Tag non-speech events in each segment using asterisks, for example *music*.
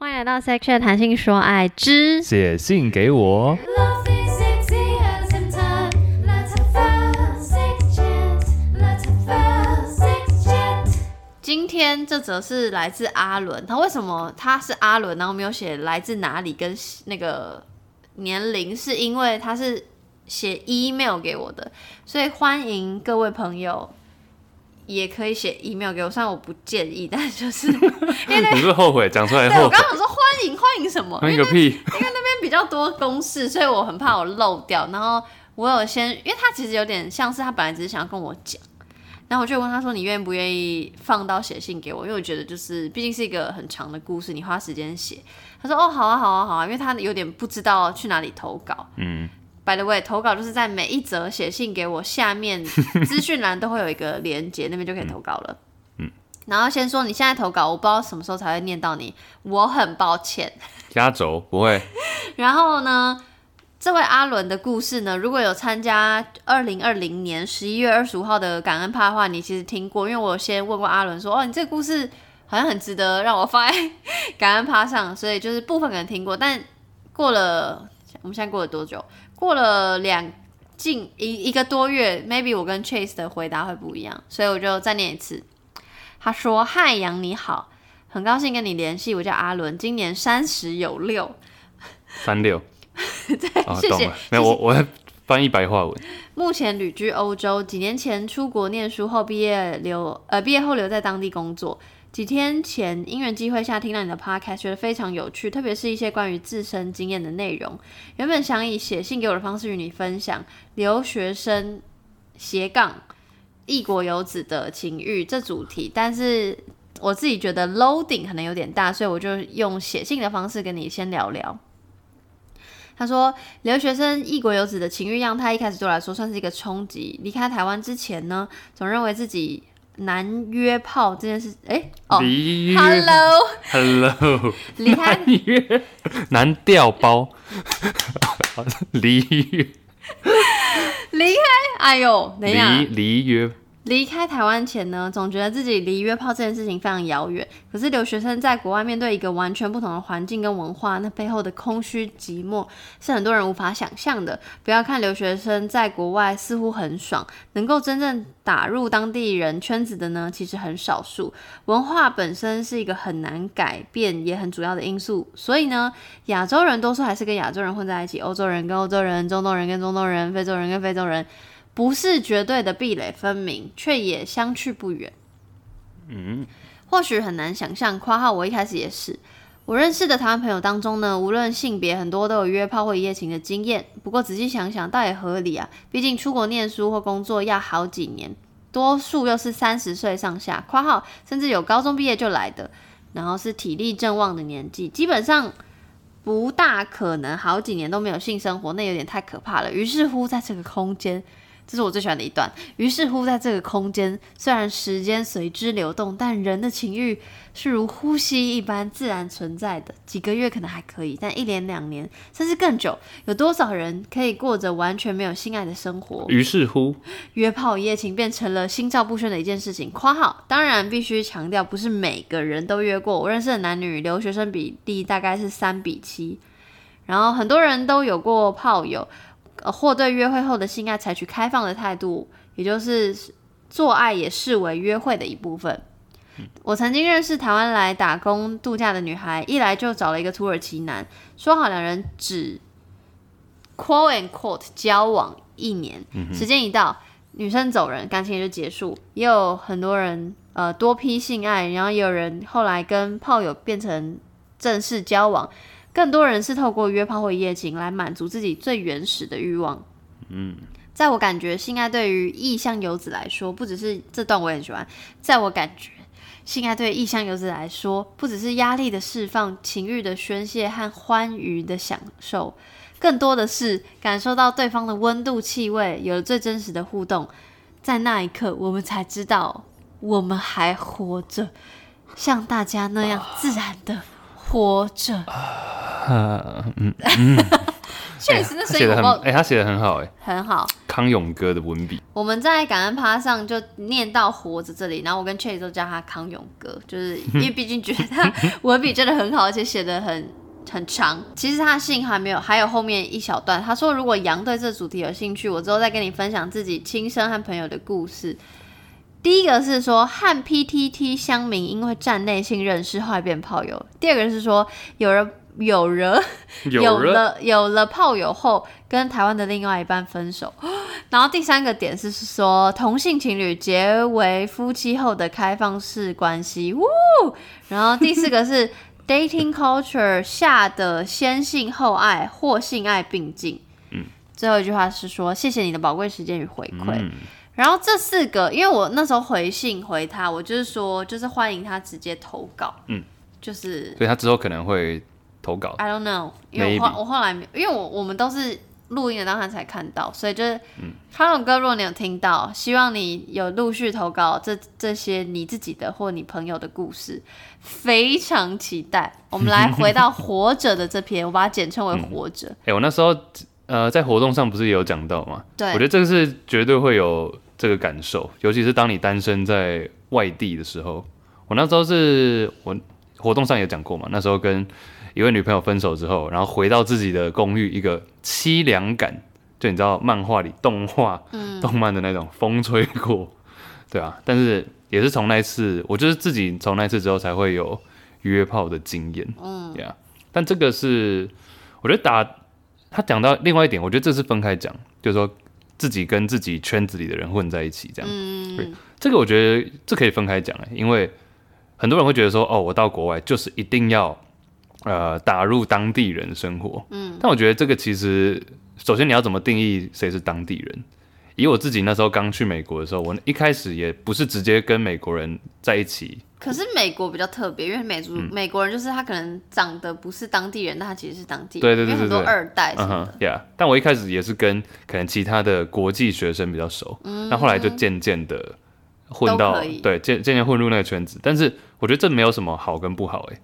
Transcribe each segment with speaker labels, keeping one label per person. Speaker 1: 迎来到 Section 谈性说爱之
Speaker 2: 写信给我。
Speaker 3: Love is sexy as in time. Let's have a sex chat. Let's have a sex chat.
Speaker 4: 今天这则是来自阿伦，他为什么他是阿伦，然后没有写来自哪里跟那个年龄，是因为他是写 email 给我的，所以欢迎各位朋友也可以写 email 给我，虽然我不建议，但就是因为那
Speaker 2: *laughs* 你是后悔讲出来
Speaker 4: 对
Speaker 2: 后
Speaker 4: 我
Speaker 2: 悔
Speaker 4: 刚，刚说欢迎欢迎什么，因为
Speaker 2: 那个屁！
Speaker 4: 那边比较多公式，所以我很怕我漏掉。然后我有先，因为他其实有点像是他本来只是想要跟我讲，然后我就问他说：“你愿不愿意放到写信给我？”因为我觉得就是毕竟是一个很长的故事，你花时间写。他说：“哦，好啊，好啊，好啊。”因为他有点不知道去哪里投稿。
Speaker 2: 嗯，
Speaker 4: By the way，投稿就是在每一则写信给我下面资讯栏都会有一个连接，那边就可以投稿了。然后先说你现在投稿，我不知道什么时候才会念到你，我很抱歉。
Speaker 2: 压轴不会，
Speaker 4: *laughs* 然后呢，这位阿伦的故事呢，如果有参加二零二零年十一月二十五号的感恩趴的话，你其实听过，因为我有先问过阿伦说，哦，你这个故事好像很值得让我放在 *laughs* 感恩趴上，所以就是部分可能听过，但过了我们现在过了多久？过了两近一一个多月，maybe 我跟 Chase 的回答会不一样，所以我就再念一次。他说：“嗨，杨你好，很高兴跟你联系，我叫阿伦，今年三十有六，
Speaker 2: 三
Speaker 4: *laughs*
Speaker 2: 六。哦，
Speaker 4: 谢
Speaker 2: 懂
Speaker 4: 谢
Speaker 2: 了。没有我，我在翻译白话文。
Speaker 4: 目前旅居欧洲，几年前出国念书后毕业留呃毕业后留在当地工作。几天前因缘机会下听到你的 podcast，觉得非常有趣，特别是一些关于自身经验的内容。原本想以写信给我的方式与你分享留学生斜杠异国游子的情欲这主题，但是我自己觉得 loading 可能有点大，所以我就用写信的方式跟你先聊聊。他说，留学生异国游子的情欲样态一开始对我来说算是一个冲击。离开台湾之前呢，总认为自己难约炮这件事，诶，哦
Speaker 2: 离约
Speaker 4: ，Hello，
Speaker 2: Hello，
Speaker 4: 离
Speaker 2: *laughs*
Speaker 4: 开
Speaker 2: 难约难
Speaker 4: *laughs*
Speaker 2: 调包，离约
Speaker 4: 离开，哎呦，等一下，
Speaker 2: 离离约
Speaker 4: 离开台湾前呢，总觉得自己离约炮这件事情非常遥远。可是留学生在国外面对一个完全不同的环境跟文化，那背后的空虚寂寞是很多人无法想象的。不要看留学生在国外似乎很爽，能够真正打入当地人圈子的呢，其实很少数。文化本身是一个很难改变也很主要的因素，所以呢，亚洲人多数还是跟亚洲人混在一起，欧洲人跟欧洲人，中东人跟中东人，非洲人跟非洲人。不是绝对的壁垒分明，却也相去不远。嗯，或许很难想象。（括号我一开始也是。）我认识的台湾朋友当中呢，无论性别，很多都有约炮或一夜情的经验。不过仔细想想，倒也合理啊，毕竟出国念书或工作要好几年，多数又是三十岁上下（括号甚至有高中毕业就来的），然后是体力正旺的年纪，基本上不大可能好几年都没有性生活，那有点太可怕了。于是乎，在这个空间，这是我最喜欢的一段。于是乎，在这个空间，虽然时间随之流动，但人的情欲是如呼吸一般自然存在的。几个月可能还可以，但一年、两年，甚至更久，有多少人可以过着完全没有性爱的生活？
Speaker 2: 于是乎，
Speaker 4: 约炮一夜情变成了心照不宣的一件事情。（括号当然必须强调，不是每个人都约过。我认识的男女留学生比例大概是三比七，然后很多人都有过炮友，呃或对约会后的性爱采取开放的态度，也就是做爱也视为约会的一部分。我曾经认识台湾来打工度假的女孩，一来就找了一个土耳其男，说好两人只 quote and quote 交往一年，时间一到，女生走人，感情也就结束。也有很多人呃多批性爱，然后也有人后来跟炮友变成正式交往，更多人是透过约炮或一夜情来满足自己最原始的欲望。嗯，在我感觉，性爱对于异乡游子来说，不只是这段我也很喜欢。在我感觉，性爱对异乡游子来说，不只是压力的释放、情欲的宣泄和欢愉的享受，更多的是感受到对方的温度、气味，有了最真实的互动。在那一刻，我们才知道我们还活着，像大家那样自然的活着。
Speaker 2: 呃，嗯，
Speaker 4: 确实，那声
Speaker 2: 写
Speaker 4: 音 *laughs*
Speaker 2: 的
Speaker 4: 我
Speaker 2: 很，
Speaker 4: 爆
Speaker 2: *laughs* 哎，他写的很好，哎，
Speaker 4: 很好。
Speaker 2: 康永哥的文笔。
Speaker 4: 我们在感恩趴上就念到“活着”这里，然后我跟 Chase 都叫他康永哥，就是因为毕竟觉得他文笔真的很好，而且写的很很长。其实他的信还没有，还有后面一小段，他说如果羊对这主题有兴趣，我之后再跟你分享自己亲身和朋友的故事。第一个是说和 PTT 乡民因为站内信认识，后来变炮友；第二个是说有人有人有
Speaker 2: 人
Speaker 4: 了有了炮友后，跟台湾的另外一半分手。 *gasps* 然后第三个点是是说同性情侣结为夫妻后的开放式关系，呜。然后第四个
Speaker 2: *laughs*
Speaker 4: 是 dating culture 下的先性后爱或性爱并进。
Speaker 2: 嗯，
Speaker 4: 最后一句话是说谢谢你的宝贵时间与回馈。
Speaker 2: 嗯，
Speaker 4: 然后这四个，因为我那时候回信回他，我就是说，就是欢迎他直接投稿，
Speaker 2: 嗯，
Speaker 4: 就是
Speaker 2: 所以他之后可能会投稿。
Speaker 4: I don't know，因为我
Speaker 2: Maybe
Speaker 4: 后我后来没，因为我我们都是录音的当下才看到，所以就是，
Speaker 2: 嗯
Speaker 4: 康永哥，如果你有听到，希望你有陆续投稿这这些你自己的或你朋友的故事，非常期待。我们来回到活着的这篇，我把它简称为活着，
Speaker 2: 哎、我那时候呃在活动上不是也有讲到吗？
Speaker 4: 对
Speaker 2: 我觉得这个是绝对会有这个感受，尤其是当你单身在外地的时候。我那时候是我活动上也讲过嘛，那时候跟一位女朋友分手之后，然后回到自己的公寓，一个凄凉感，就你知道漫画里动画、 *laughs* 动漫的那种风吹过，对啊。但是也是从那一次，我就是自己从那次之后才会有约炮的经验，嗯，对啊。但这个是我觉得打他讲到另外一点，我觉得这是分开讲，就是说自己跟自己圈子里的人混在一起这样。对这个我觉得这可以分开讲、欸，因为很多人会觉得说，哦，我到国外就是一定要呃打入当地人生活。嗯，但我觉得这个其实，首先你要怎么定义谁是当地人？以我自己那时候刚去美国的时候，我一开始也不是直接跟美国人在一起
Speaker 4: 可是美国比较特别，因为美族、
Speaker 2: 嗯
Speaker 4: 美国人就是他可能长得不是当地人，但他其实是当地人，
Speaker 2: 对对对
Speaker 4: 因为很多
Speaker 2: 对对
Speaker 4: 二代什
Speaker 2: 嗯
Speaker 4: 么
Speaker 2: 哼
Speaker 4: 的。
Speaker 2: ，Yeah，但我一开始也是跟可能其他的国际学生比较熟，那后来就渐渐的
Speaker 4: 嗯
Speaker 2: 混
Speaker 4: 都
Speaker 2: 到
Speaker 4: 可以
Speaker 2: 对，渐渐渐混入那个圈子。但是我觉得这没有什么好跟不好、欸，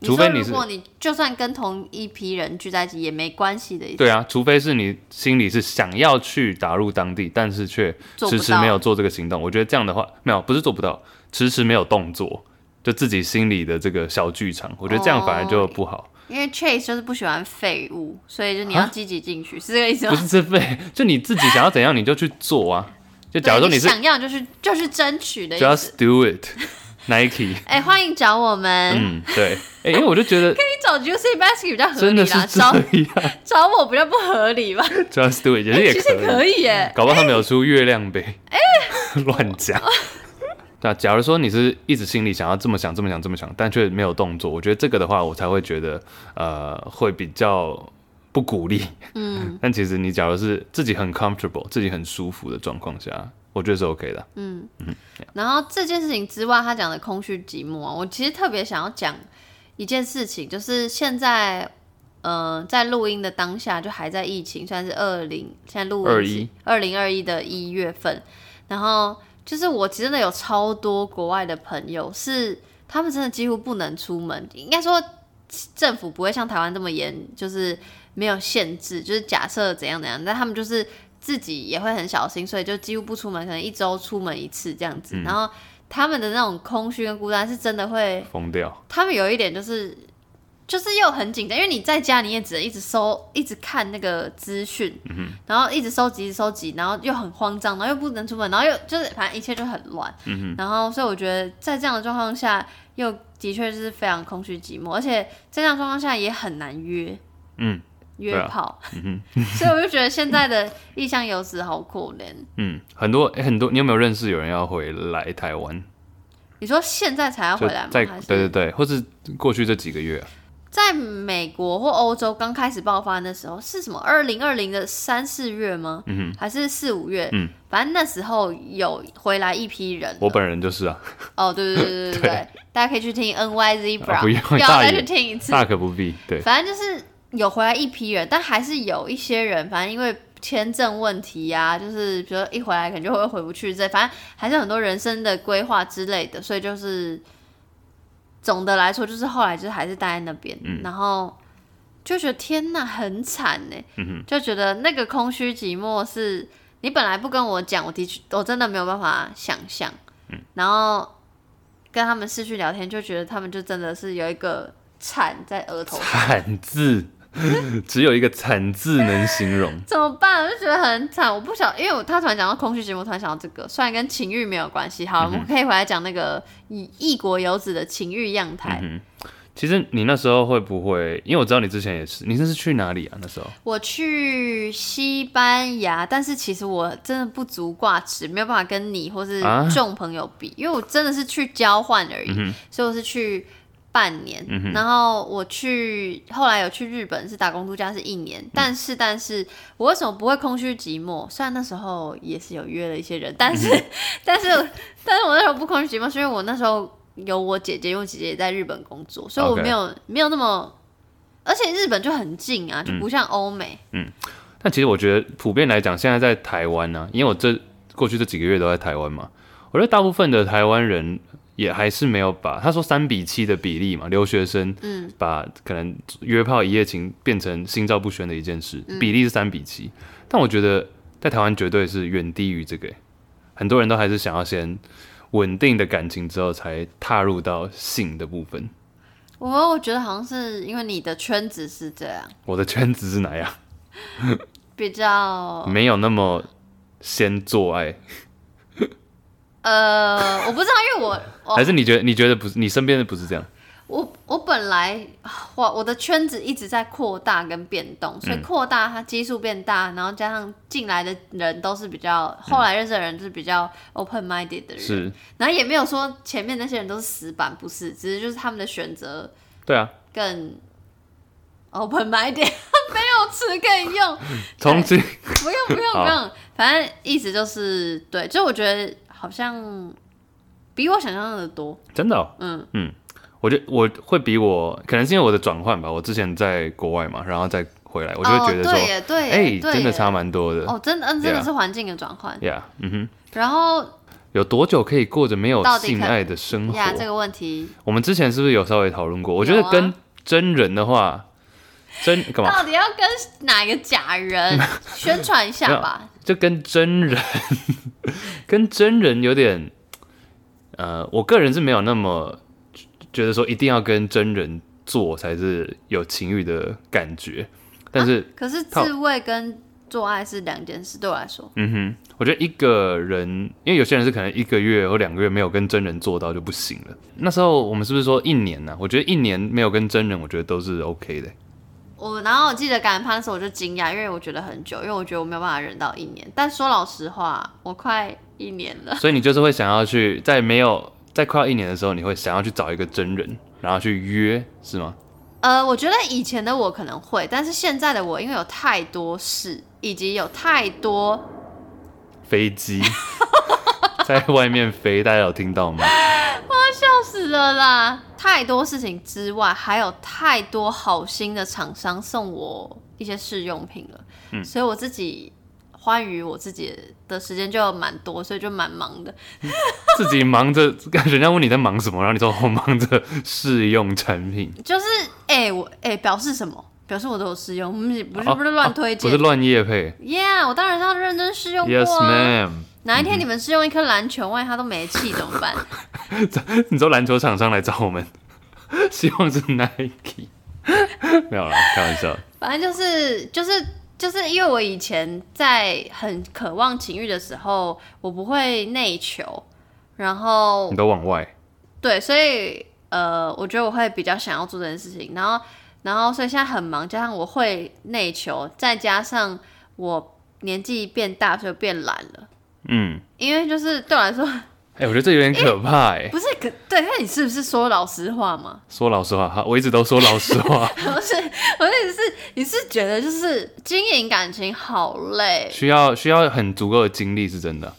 Speaker 4: 你
Speaker 2: 除
Speaker 4: 说
Speaker 2: 非你
Speaker 4: 如
Speaker 2: 是
Speaker 4: 果你就算跟同一批人聚在一起也没关系的意思。
Speaker 2: 对啊，除非是你心里是想要去打入当地，但是却
Speaker 4: 做不
Speaker 2: 迟
Speaker 4: 到
Speaker 2: 迟没有做这个行动。我觉得这样的话，没有不是做不到，迟迟没有动作，就自己心里的这个小剧场，我觉得这样反而就不好。
Speaker 4: 因为 Chase 就是不喜欢废物，所以就你要积极进取，是这个意思
Speaker 2: 啊不
Speaker 4: 吗？
Speaker 2: 是自费，就你自己想要怎样你就去做啊。就假如说
Speaker 4: 对
Speaker 2: 你
Speaker 4: 你
Speaker 2: 是
Speaker 4: 想要，就是就是争取的意思。
Speaker 2: Just do it
Speaker 4: *laughs*
Speaker 2: Nike。
Speaker 4: 哎、欢迎找我们，
Speaker 2: 嗯，对，哎、因为我就觉
Speaker 4: *laughs*
Speaker 2: 得
Speaker 4: 你找 Juicy Basket 比较合
Speaker 2: 真
Speaker 4: 理
Speaker 2: 的是
Speaker 4: 啦，
Speaker 2: 这
Speaker 4: 找
Speaker 2: 样 *laughs*
Speaker 4: 找我比较不合理吧？
Speaker 2: ，Just do it，其实
Speaker 4: 哎
Speaker 2: 也
Speaker 4: *laughs* 其实
Speaker 2: 可
Speaker 4: 可
Speaker 2: 以，
Speaker 4: 以耶，
Speaker 2: 搞不好他们有出月亮杯，哎、 *laughs* 乱讲。
Speaker 4: 哦
Speaker 2: 对啊，假如说你是一直心里想要这么想、这么想、这么想，但却没有动作，我觉得这个的话，我才会觉得呃会比较不鼓励。嗯， *laughs* 但其实你假如是自己很 comfortable、自己很舒服的状况下，我觉得是 OK 的。
Speaker 4: 嗯然后这件事情之外，他讲的空虚寂寞啊，我其实特别想要讲一件事情，就是现在，呃，在录音的当下就还在疫情，算是二零现在录
Speaker 2: 21
Speaker 4: 二零二一的一月份，然后就是我真的有超多国外的朋友是他们真的几乎不能出门，应该说政府不会像台湾这么严，就是没有限制，就是假设怎样怎样，但他们就是自己也会很小心，所以就几乎不出门，可能一周出门一次这样子。然后他们的那种空虚跟孤单是真的会，
Speaker 2: 疯掉，
Speaker 4: 他们有一点就是就是又很紧张，因为你在家你也只能一直搜，一直看那个资讯，
Speaker 2: 嗯
Speaker 4: 然后一直收集一直收集，然后又很慌张，然后又不能出门，然后又就是反正一切就很乱。
Speaker 2: 嗯
Speaker 4: 然后所以我觉得在这样的状况下，又的确是非常空虚寂寞，而且在这样的状况下也很难约。
Speaker 2: 嗯。
Speaker 4: 约
Speaker 2: 对啊
Speaker 4: 炮，所以我就觉得现在的异乡游子好可怜。
Speaker 2: 嗯，很多、诶很多，你有没有认识有人要回来台湾？
Speaker 4: 你说现在才要
Speaker 2: *laughs* 就
Speaker 4: 回来吗？
Speaker 2: 在
Speaker 4: 还是
Speaker 2: 对对对，或是过去这几个月啊、
Speaker 4: 在美国或欧洲刚开始爆发那时候是什么？二零二零的三四月吗？嗯、还是四五月？
Speaker 2: 嗯，
Speaker 4: 反正那时候有回来一批人了。
Speaker 2: 我本人就是啊，
Speaker 4: 哦，对对对对
Speaker 2: *laughs*
Speaker 4: 对
Speaker 2: 对
Speaker 4: 对，大家可以去听 N Y Z
Speaker 2: 啊
Speaker 4: Brown，
Speaker 2: 不用大
Speaker 4: 再
Speaker 2: 爷
Speaker 4: 去听一次。
Speaker 2: 大可不必。对，
Speaker 4: 反正就是有回来一批人，但还是有一些人，反正因为签证问题呀、就是比如说一回来可能就会回不去这，反正还是很多人生的规划之类的，所以就是总的来说，就是后来就是还是待在那边，然后欸就觉得天呐，很惨呢、就觉得那个空虚寂寞是你本来不跟我讲，我的确我真的没有办法想象。然后跟他们视讯聊天，就觉得他们就真的是有一个产在额头上，
Speaker 2: 惨字， *laughs* 只有一个惨字能形容。
Speaker 4: 怎么办？我就觉得很惨。我不想，因为我他突然讲到空虚寂寞，突然想到这个，虽然跟情欲没有关系。好，
Speaker 2: 嗯
Speaker 4: 我们可以回来讲那个以异国游子的情欲样态。
Speaker 2: 嗯哼，其实你那时候会不会？因为我知道你之前也是，你那是去哪里啊？那时候
Speaker 4: 我去西班牙，但是其实我真的不足挂齿，没有办法跟你或是
Speaker 2: 啊嗯
Speaker 4: 众朋友比，因为我真的是去交换而已，所以我是去半年，然后我去后来有去日本是打工度假是一年，
Speaker 2: 嗯
Speaker 4: 但是但是我为什么不会空虚寂寞？虽然那时候也是有约了一些人，但是 *laughs* 但是但是我那时候不空虚寂寞，是因为我那时候有我姐姐，因为我姐姐也在日本工作，所以我
Speaker 2: OK
Speaker 4: 没有没有那么。而且日本就很近啊，就不像欧美，
Speaker 2: 但其实我觉得普遍来讲，现在在台湾呢、因为我这过去这几个月都在台湾嘛，我觉得大部分的台湾人也还是没有把他说三比七的比例嘛，留学生
Speaker 4: 嗯
Speaker 2: 把可能约炮一夜情变成心照不宣的一件事，比例是三比七，但我觉得在台湾绝对是远低于这个、欸很多人都还是想要先稳定的感情之后才踏入到性的部分。
Speaker 4: 我我觉得好像是因为你的圈子是这样，
Speaker 2: 我的圈子是哪样？
Speaker 4: 比较
Speaker 2: 没有那么先做爱，
Speaker 4: 呃，我不知道，因为我哦
Speaker 2: 还
Speaker 4: 我
Speaker 2: 是你觉得你觉得不是你身边的不是这样？
Speaker 4: 我我本来我我的圈子一直在扩大跟变动，所以
Speaker 2: 嗯
Speaker 4: 扩大它基数变大，然后加上进来的人都是比较后来认识的人就是比较 open minded 的人，
Speaker 2: 嗯是，
Speaker 4: 然后也没有说前面那些人都是死板，不是，只是就是他们的选择
Speaker 2: 对啊，
Speaker 4: 更 open minded，没 *laughs* 有词可以用，
Speaker 2: 从今
Speaker 4: 不用不用
Speaker 2: 好
Speaker 4: 不用，反正意思就是对，就我觉得好像比我想象的多，
Speaker 2: *laughs* 真的、哦，
Speaker 4: 嗯
Speaker 2: 嗯，我觉得我会比我，可能是因为我的转换吧，我之前在国外嘛，然后再回来，我就会觉得
Speaker 4: 哦、
Speaker 2: 说，
Speaker 4: 对耶对
Speaker 2: 哎、
Speaker 4: 耶，对
Speaker 2: 真的
Speaker 4: 耶
Speaker 2: 差蛮多的，
Speaker 4: 哦，真的嗯，真
Speaker 2: 对啊
Speaker 4: 的是环境的转换。
Speaker 2: 呀、嗯
Speaker 4: 然后
Speaker 2: 哼，有多久可以过着没有
Speaker 4: 到底
Speaker 2: 性
Speaker 4: 可
Speaker 2: 爱的生活？
Speaker 4: 呀，这个问题
Speaker 2: 我们之前是不是有稍微讨论过？我觉得
Speaker 4: 有啊
Speaker 2: 跟真人的话，真干嘛？
Speaker 4: 到底要跟哪一个假
Speaker 2: *laughs*
Speaker 4: 人宣传一下吧？
Speaker 2: 就跟真人， *laughs* 跟真人有点，呃，我个人是没有那么觉得说一定要跟真人做才是有情欲的感觉，但是，
Speaker 4: 可是
Speaker 2: 靠
Speaker 4: 自慰跟做爱是两件事，对我来说，
Speaker 2: 嗯哼，我觉得一个人，因为有些人是可能一个月或两个月没有跟真人做到就不行了。那时候我们是不是说一年呢、我觉得一年没有跟真人，我觉得都是 OK 的。
Speaker 4: 我然后我记得感恩趴的时候我就惊讶，因为我觉得很久，因为我觉得我没有办法忍到一年。但说老实话，我快一年了。
Speaker 2: 所以你就是会想要去，在没有在快要一年的时候，你会想要去找一个真人，然后去约，是吗？
Speaker 4: 呃，我觉得以前的我可能会，但是现在的我因为有太多事，以及有太多
Speaker 2: 飞机 *laughs* 在外面飞，大家有听到吗？ *laughs*
Speaker 4: 笑死了啦，太多事情之外，还有太多好心的厂商送我一些试用品了，
Speaker 2: 嗯
Speaker 4: 所以我自己花于我自己的时间就蛮多，所以就蛮忙的。
Speaker 2: 自己忙着，人家问你在忙什么，然后你说我忙着试用产品，
Speaker 4: 就是哎、我哎、表示什么？表示我都有试用，不是不是
Speaker 2: 哦
Speaker 4: 不是乱推荐。
Speaker 2: 不是乱夜配。
Speaker 4: Yeah，我当然是要认真试用过
Speaker 2: Yes,
Speaker 4: 啊。
Speaker 2: ma'am。 *laughs* 嗯
Speaker 4: 哪一天你们试用一颗篮球，万一它都没气怎么办？
Speaker 2: 你说篮球厂商来找我们， *laughs* 希望是 Nike。没有啦，开玩笑。
Speaker 4: 反正就是就是就是因为我以前在很渴望情欲的时候，我不会内求，然后
Speaker 2: 你都往外，
Speaker 4: 对，所以呃，我觉得我会比较想要做这件事情，然后然后所以现在很忙，加上我会内求，再加上我年纪变大，所以变懒了。
Speaker 2: 嗯，
Speaker 4: 因为就是对我来说，
Speaker 2: 哎、我觉得这有点可怕哎、
Speaker 4: 不是可对，那你是不是说老实话嘛？
Speaker 2: 说老实话，哈，我一直都说老实
Speaker 4: *laughs*
Speaker 2: 话，
Speaker 4: 不是，我的意思是，你是觉得就是经营感情好累，
Speaker 2: 需要需要很足够的精力是真的。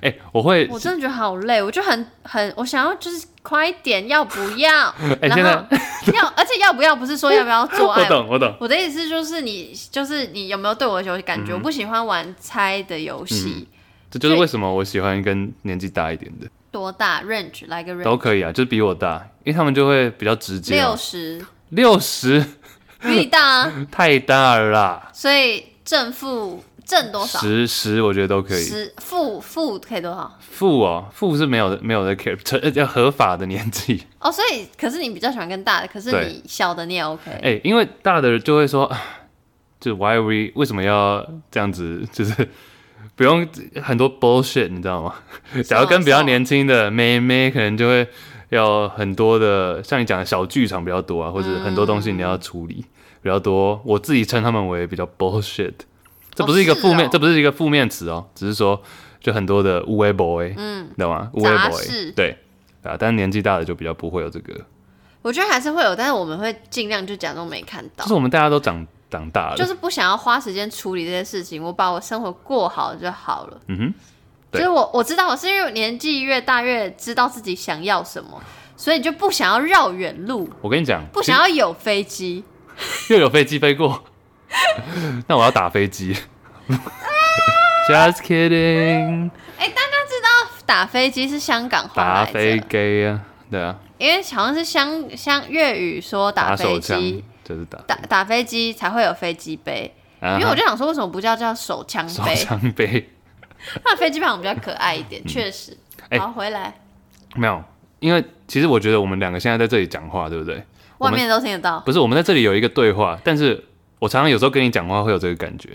Speaker 2: 哎、我会
Speaker 4: 我真的觉得好累，我就很很，我想要就是快一点，要不要？
Speaker 2: *laughs* 哎
Speaker 4: 然
Speaker 2: 现
Speaker 4: 后
Speaker 2: 在
Speaker 4: 要，而且要不要不是说要不要做
Speaker 2: *laughs* 我
Speaker 4: 爱。
Speaker 2: 懂我懂，
Speaker 4: 我的意思就是你，就是你有没有对我有感
Speaker 2: 嗯
Speaker 4: 觉？我不喜欢玩猜的游戏，
Speaker 2: 这就是
Speaker 4: 所以
Speaker 2: 为什么我喜欢跟年纪大一点的
Speaker 4: 多大 range 来个 range
Speaker 2: 都可以啊，就是比我大，因为他们就会比较直接、啊
Speaker 4: 六。十
Speaker 2: 六十 *laughs*
Speaker 4: 比你大啊，
Speaker 2: 太大了啦，
Speaker 4: 所以正负正多少？
Speaker 2: 十十我觉得都可以。
Speaker 4: 十负负可以多少？
Speaker 2: 负哦，负是没有没有的 care，这呃叫合法的年纪。
Speaker 4: 哦，所以可是你比较喜欢跟大的，可是
Speaker 2: 对
Speaker 4: 你小的你也 OK。
Speaker 2: 哎、因为大的就会说，啊就 why we 为什么要这样子， *laughs* 就是不用很多 bullshit，你知道吗？
Speaker 4: 啊
Speaker 2: 假如跟比较年轻的妹妹，可能就会要很多的，像你讲的小剧场比较多啊，或者很多东西你
Speaker 4: 嗯
Speaker 2: 要处理比较多。我自己称他们为比较 bullshit，这不是一个
Speaker 4: 是
Speaker 2: 负面，
Speaker 4: 哦
Speaker 2: 这不是一个负面词哦，只是说就很多的无为 boy，
Speaker 4: 嗯，
Speaker 2: 懂吗？无为
Speaker 4: 杂
Speaker 2: boy，
Speaker 4: 事
Speaker 2: 对啊，但是年纪大的就比较不会有这个，
Speaker 4: 我觉得还是会有，但是我们会尽量就假装没看到
Speaker 2: 就，是我们大家都长长大了，
Speaker 4: 就是不想要花时间处理这些事情，我把我生活过好就好了。
Speaker 2: 嗯哼。
Speaker 4: 就
Speaker 2: 对
Speaker 4: 是我我知道，我是因为年纪越大越知道自己想要什么，所以就不想要绕远路，
Speaker 2: 我跟你讲，
Speaker 4: 不想
Speaker 2: 要
Speaker 4: 要有飞机。
Speaker 2: *laughs* 又有飞机飞过， *laughs* 那我要打飞机。Just
Speaker 4: *laughs*
Speaker 2: kidding，
Speaker 4: 打飞机是香港话
Speaker 2: 打
Speaker 4: 来
Speaker 2: 飞
Speaker 4: 着，
Speaker 2: 机啊，对啊，
Speaker 4: 因为好像是香香粤语说打
Speaker 2: 手
Speaker 4: 飞
Speaker 2: 枪
Speaker 4: 机，
Speaker 2: 就是打，
Speaker 4: 打打飞机才会有飞机杯。
Speaker 2: 啊哈
Speaker 4: 因为我就想说，为什么不叫叫手枪
Speaker 2: *laughs* 手
Speaker 4: 杯？
Speaker 2: 枪杯
Speaker 4: 那飞机杯我们比较可爱一点，确实。
Speaker 2: 哎
Speaker 4: 好，回来，
Speaker 2: 没有，因为其实我觉得我们两个现在在这里讲话，对不对？我
Speaker 4: 外
Speaker 2: 们
Speaker 4: 面都听得到。
Speaker 2: 不是，我们在这里有一个对话，但是我常常有时候跟你讲话会有这个感觉，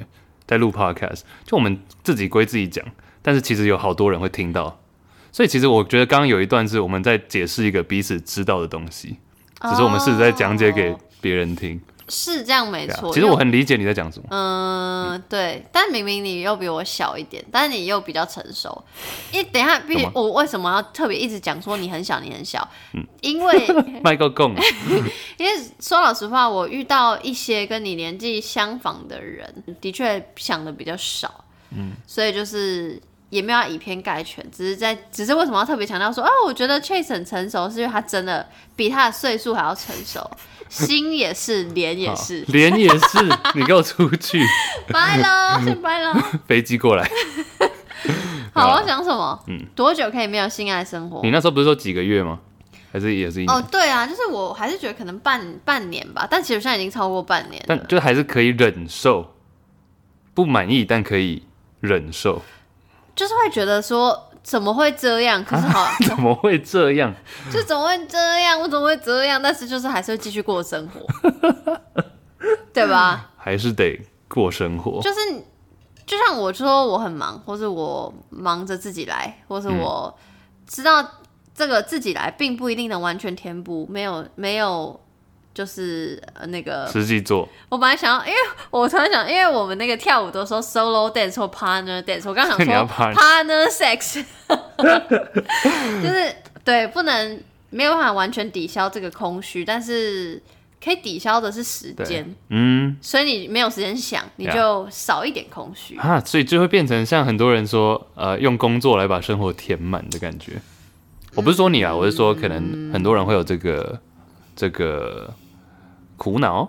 Speaker 2: 在录 podcast，就我们自己归自己讲，但是其实有好多人会听到，所以其实我觉得刚刚有一段是我们在解释一个彼此知道的东西，只是我们试着在讲解给
Speaker 4: 哦
Speaker 2: 别人听。
Speaker 4: 是这样没
Speaker 2: 对啊
Speaker 4: 错。
Speaker 2: 其实我很理解你在讲什
Speaker 4: *laughs*
Speaker 2: 么，
Speaker 4: 嗯，对，但明明你又比我小一点，但是你又比较成熟。因为等一 *laughs* 下，必
Speaker 2: 干
Speaker 4: 须
Speaker 2: 嘛
Speaker 4: 我为什么要嗯特别一直讲说你很小，你很小？因 *laughs* 为
Speaker 2: 麦克共啊
Speaker 4: 因为说老实话，我遇到一些跟你年纪相仿的人，的确想的比较少，嗯，所以就是也没有要以偏概全，只是在只是为什么要特别强调说，哦，我觉得 Chase 很成熟，是因为他真的比他的岁数还要成熟，心也是，脸也是，
Speaker 2: 脸哦也是，你给我出去， *laughs*
Speaker 4: 拜喽，先拜喽。
Speaker 2: 飞机过
Speaker 4: *laughs*
Speaker 2: 来。
Speaker 4: 好，
Speaker 2: 好
Speaker 4: 我
Speaker 2: 啊
Speaker 4: 要讲什么？多久可以没有性爱生活
Speaker 2: 你？那时候不是说几个月吗？还是也是一年？
Speaker 4: 哦，对啊，就是我还是觉得可能半半年吧，但其实我现在已经超过半年了
Speaker 2: 但。就还是可以忍受，不满意但可以忍受。
Speaker 4: 就是会觉得说怎么会这样？可是好，
Speaker 2: *laughs* 怎么会这样？
Speaker 4: 就怎么会这样？我怎么会这样？但是就是还是会继续过生活，
Speaker 2: *laughs*
Speaker 4: 对吧？
Speaker 2: 还是得过生活。
Speaker 4: 就是你就像我说我很忙，或是我忙着自己来，或是我
Speaker 2: 嗯
Speaker 4: 知道这个自己来并不一定能完全填补，没有没有。就是呃那个，
Speaker 2: 实际做，
Speaker 4: 我本来想要，因为我突然想，因为我们那个跳舞都说 solo dance 或 partner dance，我刚想
Speaker 2: *laughs* 你要
Speaker 4: 说
Speaker 2: partner
Speaker 4: partner sex，就是对，不能没有办法完全抵消这个空虚，但是可以抵消的是时间，
Speaker 2: 嗯
Speaker 4: 所以你没有时间想，你就少一点空虚。
Speaker 2: 啊，所以就会变成像很多人说，呃，用工作来把生活填满的感觉。我不是说你啊，我是说可能很多人会有这个这个苦恼。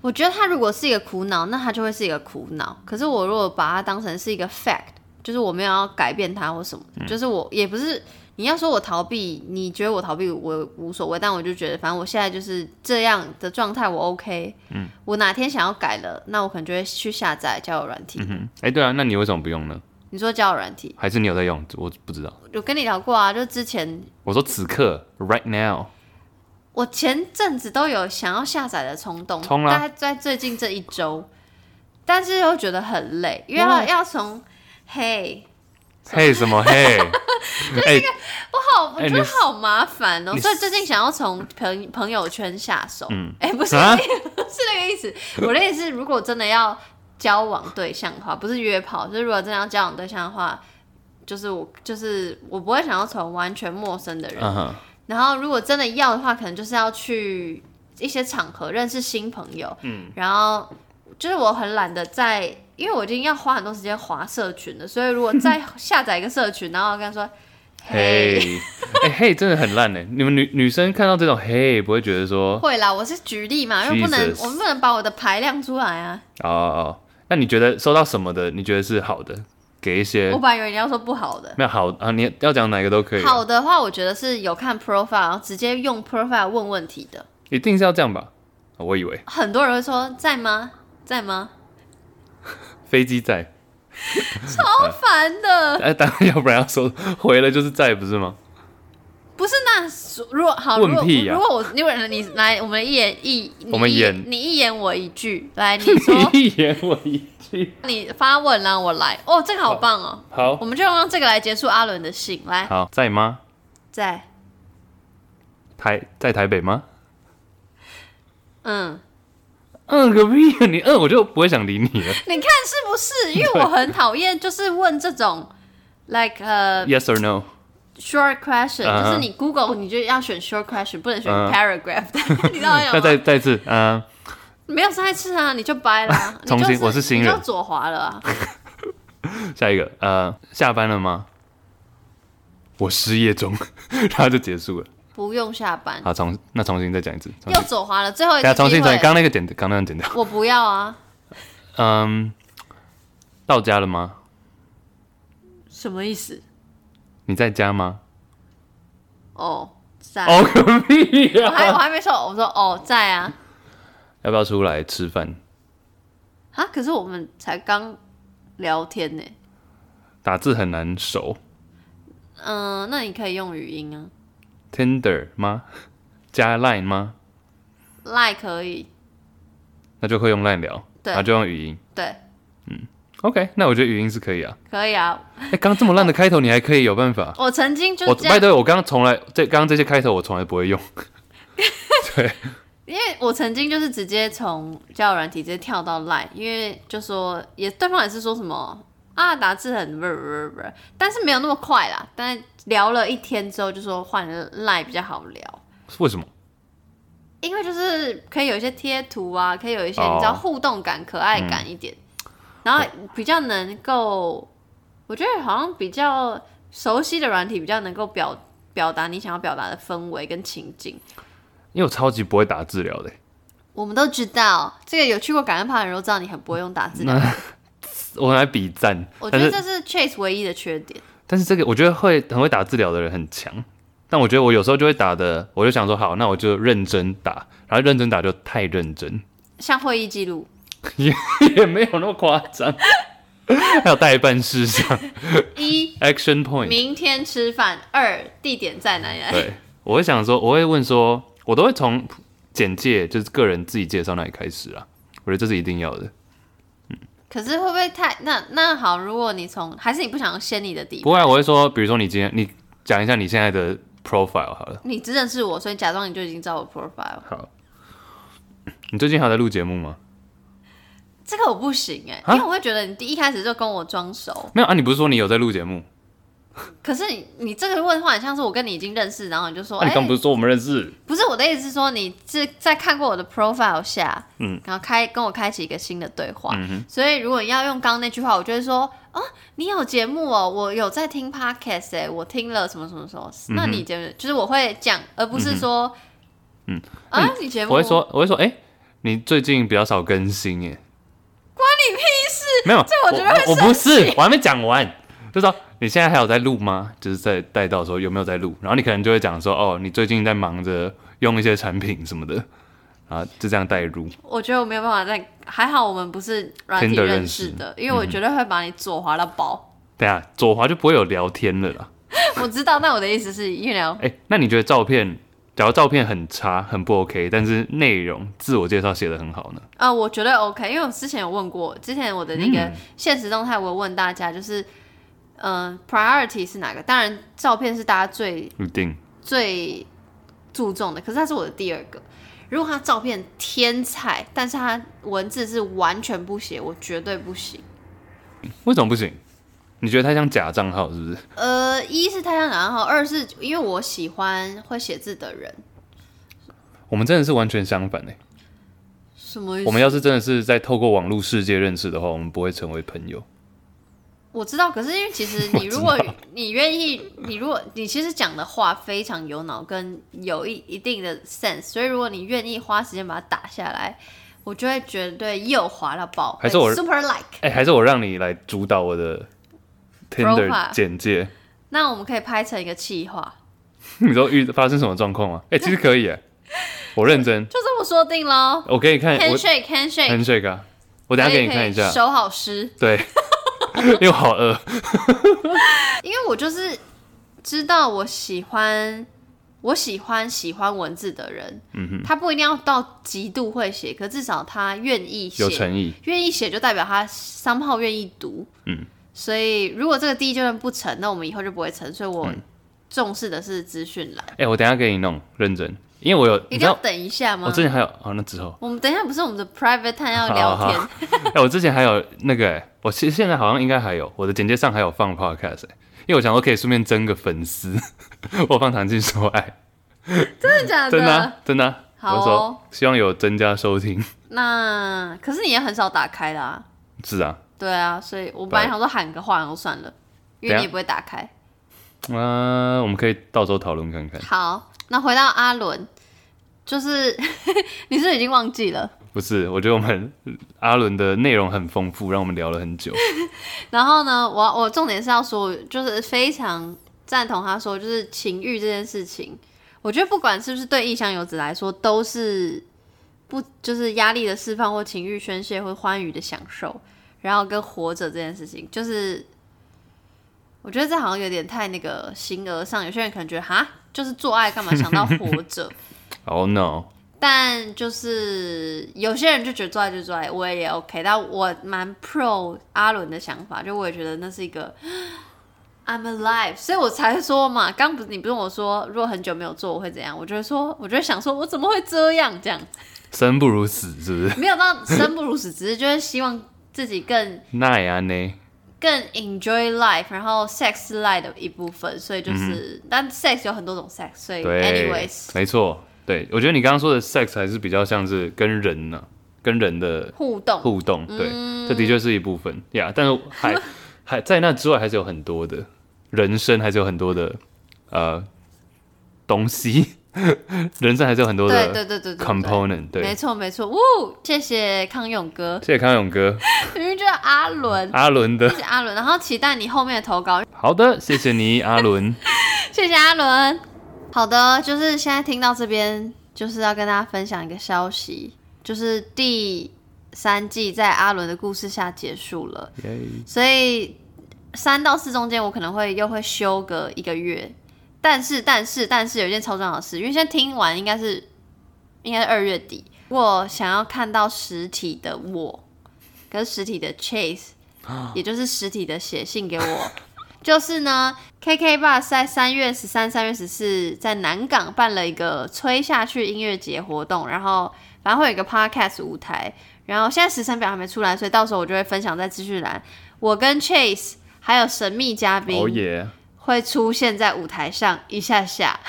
Speaker 4: 我觉得它如果是一个苦恼，那它就会是一个苦恼。可是我如果把它当成是一个 fact，就是我没有要改变它或什么，就是我也不是你要说我逃避，你觉得我逃避我无所谓，但我就觉得反正我现在就是这样的状态，我 OK。嗯，我哪天想要改了，那我可能就会去下载交友软体。
Speaker 2: 嗯，哎、对啊，那你为什么不用呢？
Speaker 4: 你说交友软体，
Speaker 2: 还是你有在用？我不知道。
Speaker 4: 有跟你聊过啊，就之前
Speaker 2: 我说此刻，right now，
Speaker 4: 我前阵子都有想要下载的冲动，
Speaker 2: 冲啊啦
Speaker 4: 大概在最近这一周，但是又觉得很累，因为要要从嘿，
Speaker 2: 嘿什么 *laughs* 嘿？哎、
Speaker 4: 我好我
Speaker 2: 哎
Speaker 4: 觉得
Speaker 2: 你
Speaker 4: 好麻烦哦、
Speaker 2: 你
Speaker 4: 所以最近想要从朋朋友圈下手，
Speaker 2: 嗯
Speaker 4: 哎、不是、
Speaker 2: 啊
Speaker 4: 不是那个意思，我的意思是，如果真的要交往对象的话，不是约炮，就是如果真的要交往对象的话。就是我，就是我不会想要从完全陌生的人
Speaker 2: 嗯哼，
Speaker 4: 然后如果真的要的话，可能就是要去一些场合认识新朋友。嗯，然后就是我很懒得在，因为我已经要花很多时间划社群了，所以如果再下载一个社群，然后跟他 *laughs* 说，嘿，
Speaker 2: 嘿，哎、嘿，真的很烂呢。你们女女生看到这种嘿，不会觉得说
Speaker 4: 会啦，我是举例嘛，因为不能，
Speaker 2: Jesus
Speaker 4: 我们不能把我的排量出来啊。
Speaker 2: 哦哦，那你觉得收到什么的，你觉得是好的？给一些
Speaker 4: 我本来以为你要说不好的。
Speaker 2: 没有好啊，你要讲哪个都可以啊，
Speaker 4: 好的话，我觉得是有看 profile，然后直接用 profile 问问题的。
Speaker 2: 一定是要这样吧？我以为
Speaker 4: 很多人会说在吗？在吗？
Speaker 2: 飞机
Speaker 4: *laughs*
Speaker 2: 在，
Speaker 4: 啊烦的。
Speaker 2: 哎，当然要不然要说回了就是在，不是吗？
Speaker 4: 不是那如果好，如
Speaker 2: 问
Speaker 4: 果
Speaker 2: 屁呀
Speaker 4: 如果我如果你来，我们一言一，你
Speaker 2: 我们
Speaker 4: 一
Speaker 2: 演
Speaker 4: 你一言我一句，来 *laughs* 你
Speaker 2: *laughs*
Speaker 4: 说
Speaker 2: 你一言我一句，
Speaker 4: 你发问让我来，哦，这个好棒哦，我
Speaker 2: 好
Speaker 4: 们就用这个来结束阿伦的信，来
Speaker 2: 好在吗？
Speaker 4: 在
Speaker 2: 台在台北吗？
Speaker 4: 嗯，
Speaker 2: 嗯个屁啊！你嗯我就不会想理你了。
Speaker 4: 你看是不
Speaker 2: *laughs*
Speaker 4: 是？因为我很讨厌就是问这种 like 呃、
Speaker 2: yes or no？
Speaker 4: short question，、
Speaker 2: 嗯
Speaker 4: 就是你 Google 你就要选 short question，不能选
Speaker 2: 嗯
Speaker 4: paragraph，、你 *laughs* 知道我意思
Speaker 2: 那
Speaker 4: 吗
Speaker 2: 再再一次，嗯、
Speaker 4: 没有塞次啊，你就掰了啊、你
Speaker 2: *laughs* 重新
Speaker 4: 就是
Speaker 2: 我是新人
Speaker 4: 你就左滑了、啊。
Speaker 2: 下一个，呃，下班了吗？我失业中， *laughs* 然后就结束了。
Speaker 4: 不用下班，
Speaker 2: 好，重那重新再讲一次，重
Speaker 4: 又
Speaker 2: 新，
Speaker 4: 左滑了，最后一
Speaker 2: 等下
Speaker 4: 次
Speaker 2: 重新
Speaker 4: 机
Speaker 2: 重新，
Speaker 4: 会。
Speaker 2: 刚刚那个剪，刚刚那个剪掉。
Speaker 4: 我不要啊，
Speaker 2: 嗯，到家了吗？
Speaker 4: 什么意思？
Speaker 2: 你在家吗？
Speaker 4: 哦，在。
Speaker 2: 哦个屁呀、
Speaker 4: 我还我还没说，我说哦在啊
Speaker 2: 要不要出来吃饭？
Speaker 4: 啊！可是我们才刚聊天呢、
Speaker 2: 打字很难熟
Speaker 4: 嗯、那你可以用语音啊
Speaker 2: ，Tinder 吗？加 Line 吗？
Speaker 4: ，Line 可以，
Speaker 2: 那就会用 Line 聊，
Speaker 4: 对
Speaker 2: 然后就用语音。
Speaker 4: 对，
Speaker 2: OK，那我觉得语音是可以啊。
Speaker 4: 可以啊。
Speaker 2: 哎、刚刚这么烂的开头，你还可以有办法？
Speaker 4: 我曾经就
Speaker 2: 我
Speaker 4: 这
Speaker 2: 拜
Speaker 4: 样，
Speaker 2: 对，我刚刚从来这刚刚这些开头我从来不会用。 *laughs*
Speaker 4: 因为我曾经就是直接从交友软体直接跳到 Line，因为就说也对方也是说什么啊打字很不不不，但是没有那么快啦。但是聊了一天之后就说换 Line 比较好聊。
Speaker 2: 为什么？
Speaker 4: 因为就是可以有一些贴图啊，可以有一些
Speaker 2: 哦
Speaker 4: 你知道互动感、可爱感一点，然后比较能够，我觉得好像比较熟悉的软体比较能够表表达你想要表达的氛围跟情境。
Speaker 2: 因为我超级不会打字聊的、
Speaker 4: 我们都知道，这个有去过感恩趴的人都知道你很不会用打字的。
Speaker 2: 我很爱比赞
Speaker 4: 我，觉
Speaker 2: 但
Speaker 4: 得这
Speaker 2: 是
Speaker 4: 是 Chase 唯一的缺点。
Speaker 2: 但是这个我觉得会很会打字聊的人很强，但我觉得我有时候就会打的，我就想说好，那我就认真打，然后认真打就太认真，
Speaker 4: 像会议记录，
Speaker 2: *laughs* 也没有那么夸张。 *laughs* 还有代办事项
Speaker 4: 一
Speaker 2: ，action point。
Speaker 4: 明天吃饭，二地点在哪里？
Speaker 2: 对，我会想说，我会问说，我都会从简介，就是个人自己介绍那里开始啦。我觉得这是一定要的。
Speaker 4: 可是会不会太那那好？如果你从还是你不想先你的底，
Speaker 2: 不会、啊，我会说，比如说你今天你讲一下你现在的 profile 好了。
Speaker 4: 你只认识我，所以假装你就已经知道我 profile。
Speaker 2: 好，你最近还有在录节目吗？
Speaker 4: 这个我不行哎、
Speaker 2: 啊
Speaker 4: 因为我会觉得你第一开始就跟我装熟，
Speaker 2: 没有啊，你不是说你有在录节目？
Speaker 4: 可是你你这个问话很像是我跟你已经认识，然后你就说，哎、
Speaker 2: 那、啊你刚不是说我们认识？
Speaker 4: 不是我的意思是说你是在看过我的 profile 下，
Speaker 2: 嗯，
Speaker 4: 然后开跟我开启一个新的对话，所以如果你要用刚刚那句话，我就会说，哦，你有节目哦，我有在听 podcast 哎、我听了什么什么什么，那你节目就是我会讲，而不是说，
Speaker 2: 嗯那
Speaker 4: 啊，你节目
Speaker 2: 我会说，我会说，哎、你最近比较少更新耶，关你屁事！没有，
Speaker 4: 这我觉得会
Speaker 2: 我不是，我还没讲完，就说你现在还有在录吗？就是在带到说有没有在录，然后你可能就会讲说，哦，你最近在忙着用一些产品什么的，啊，就这样带入。
Speaker 4: 我觉得我没有办法再，还好我们不是软体
Speaker 2: Tinder
Speaker 4: 认识嗯的，因为我绝对会把你左滑到 *laughs* 爆。
Speaker 2: 等一下左滑就不会有聊天了啦。
Speaker 4: 我知道，但我的意思是，you know，
Speaker 2: 哎、那你觉得照片，假如照片很差，很不 OK，但是内容自我介绍写的很好呢？
Speaker 4: 啊、我觉得 OK，因为我之前有问过，之前我的那个
Speaker 2: 嗯
Speaker 4: 现实动态，我有问大家就是，嗯、p r i o r i t y 是哪个？当然，照片是大家最
Speaker 2: 一定，
Speaker 4: 最注重的，可是它是我的第二个。如果他照片天才，但是他文字是完全不写，我绝对不行。
Speaker 2: 为什么不行？你觉得它像假账号是不是？
Speaker 4: 呃，一是太像男号，二是因为我喜欢会写字的人，
Speaker 2: 我们真的是完全相反哎、
Speaker 4: 什么意思？
Speaker 2: 我们要 *laughs* 是真的是在透过网络世界认识的话，我们不会成为朋友。
Speaker 4: 我知道，可是因为其实你如果你愿意，你如果你其实讲的话非常有脑跟有一一定的 sense，所以如果你愿意花时间把它打下来，我就会绝对又滑到爆，
Speaker 2: 还是我
Speaker 4: 会 super like。
Speaker 2: 哎、还是我让你来主导我的 Tinder
Speaker 4: Profile
Speaker 2: 简介。 *laughs*
Speaker 4: 那我们可以拍成一个企划，
Speaker 2: 你说遇发生什么状况吗？哎、其实
Speaker 4: *laughs*
Speaker 2: 可以哎、我认真，
Speaker 4: 就这么说定喽。
Speaker 2: 我给你看我
Speaker 4: Handshake，handshake，
Speaker 2: handshake 啊，我哎等
Speaker 4: 所以
Speaker 2: 一下给你
Speaker 4: 可以
Speaker 2: 看一下。
Speaker 4: 手好湿，
Speaker 2: 对，
Speaker 4: *laughs*
Speaker 2: 因为我好饿。
Speaker 4: 因为我就是知道我喜欢。我喜欢喜欢文字的人，
Speaker 2: 嗯哼，
Speaker 4: 他不一定要到极度会写，可至少他愿意写，
Speaker 2: 有诚意。
Speaker 4: 愿意写就代表他商号愿意读。
Speaker 2: 嗯，
Speaker 4: 所以如果这个第一阶段不成，那我们以后就不会成。所以
Speaker 2: 嗯
Speaker 4: 我重视的是资讯栏，
Speaker 2: 哎、我等一下给你弄，认真，因为我有，
Speaker 4: 一
Speaker 2: 你
Speaker 4: 定
Speaker 2: 知
Speaker 4: 要
Speaker 2: 道，
Speaker 4: 等一下吗？
Speaker 2: 我之前还有，哦，那之后，
Speaker 4: 我们等一下不是我们的 private time 要聊天，
Speaker 2: 好哎、我之前还有那个、哎，我其实现在好像应该还有，我的简介上还有放 podcast，、哎，因为我想说可以顺便争个粉丝， *laughs* 我放唐静说爱，
Speaker 4: 真的假的？
Speaker 2: *laughs* 真的啊真的啊，
Speaker 4: 好
Speaker 2: 我
Speaker 4: 哦
Speaker 2: 说希望有增加收听，
Speaker 4: 那可是你也很少打开啦、
Speaker 2: 是啊，
Speaker 4: 对啊，所以我本来想说喊个话然后算了，因为
Speaker 2: 等一下
Speaker 4: 你也不会打开。
Speaker 2: 啊、我们可以到时候讨论看看，
Speaker 4: 好，那回到阿伦，就是 *laughs* 你是不是已经忘记了？
Speaker 2: 不是，我觉得我们阿伦的内容很丰富，让我们聊了很久，
Speaker 4: 然后呢，我我重点是要说，就是非常赞同他说，就是情欲这件事情，我觉得不管是不是对异乡游子来说，都是不就是压力的释放或情欲宣泄或欢愉的享受，然后跟活着这件事情，就是我觉得这好像有点太那个形而上，有些人可能觉得哈，就是做爱干嘛想到活着，
Speaker 2: 哦、no，
Speaker 4: 但就是有些人就觉得做爱就做爱，我也 OK。但我蛮 pro 阿伦的想法，就我也觉得那是一个 *gasps* I'm alive，所以我才说嘛，刚不是你不是问我说，如果很久没有做我会怎样？我就会说，我就会想说，我怎么会这样？这样
Speaker 2: 生不如死，是不是？
Speaker 4: 没有到生不如死，只是就是希望自己更
Speaker 2: 那也安呢，
Speaker 4: 更 enjoy life，然后 sex 是 life 的一部分，所以就是，但 sex 有很多种 sex，所以
Speaker 2: 嗯对
Speaker 4: anyways
Speaker 2: 没错，对我觉得你刚刚说的 sex 还是比较像是跟人呢、跟人的
Speaker 4: 互动
Speaker 2: 互动，对，这的确是一部分呀。但是
Speaker 4: *laughs*
Speaker 2: 还还在那之外，还是有很多的人生，还是有很多的呃东西， *laughs* 人生还是有很多
Speaker 4: 对对
Speaker 2: 的
Speaker 4: 对对对对
Speaker 2: component，对。
Speaker 4: 没错没错，呜，谢谢康永哥，
Speaker 2: 谢谢康永哥，
Speaker 4: 因为就是阿
Speaker 2: *laughs*
Speaker 4: 伦，
Speaker 2: 阿伦
Speaker 4: 谢
Speaker 2: 的，
Speaker 4: 谢阿伦，然后期待你后面的投稿，
Speaker 2: 好的，谢谢你，
Speaker 4: *laughs*
Speaker 2: 阿伦。
Speaker 4: 谢谢阿伦。好的，就是现在听到这边，就是要跟大家分享一个消息，就是第三季在阿伦的故事下结束了，
Speaker 2: 耶
Speaker 4: 所以三到四中间我可能会又会休个一个月，但是但是但是有一件超重要的事，因为现在听完应该是应该是二月底，我想要看到实体的我跟实体的 Chase，也就是实体的写信给我。 *laughs* 就是呢，KK Bus 在三月十三、三月十四在南港办了一个吹下去音乐节活动，然后反正会有一个 podcast 舞台，然后现在时程表还没出来，所以到时候我就会分享在资讯栏。我跟 Chase 还有神秘嘉宾
Speaker 2: 哦耶，
Speaker 4: 会出现在舞台上一下下，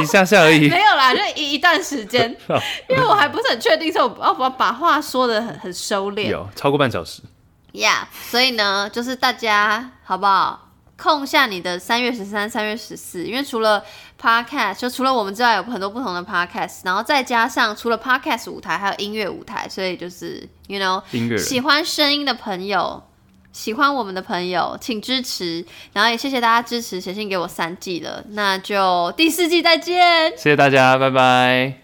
Speaker 2: 一下下
Speaker 4: *laughs*
Speaker 2: 而已
Speaker 4: 没。有啦，就一一段时间
Speaker 2: *laughs* 好，
Speaker 4: 因为我还不是很确定，所以我要不要把话说的很很收敛
Speaker 2: 有超过半小时，
Speaker 4: 呀。Yeah，所以呢，就是大家好不好空下你的三月十三、三月十四，因为除了 podcast，就除了我们之外，有很多不同的 podcast，然后再加上除了 podcast 舞台，还有音乐舞台，所以就是 you know
Speaker 2: 音乐人
Speaker 4: 喜欢声音的朋友，喜欢我们的朋友，请支持，然后也谢谢大家支持，写信给我三季了，那就第四季再见。
Speaker 2: 谢谢大家，拜拜。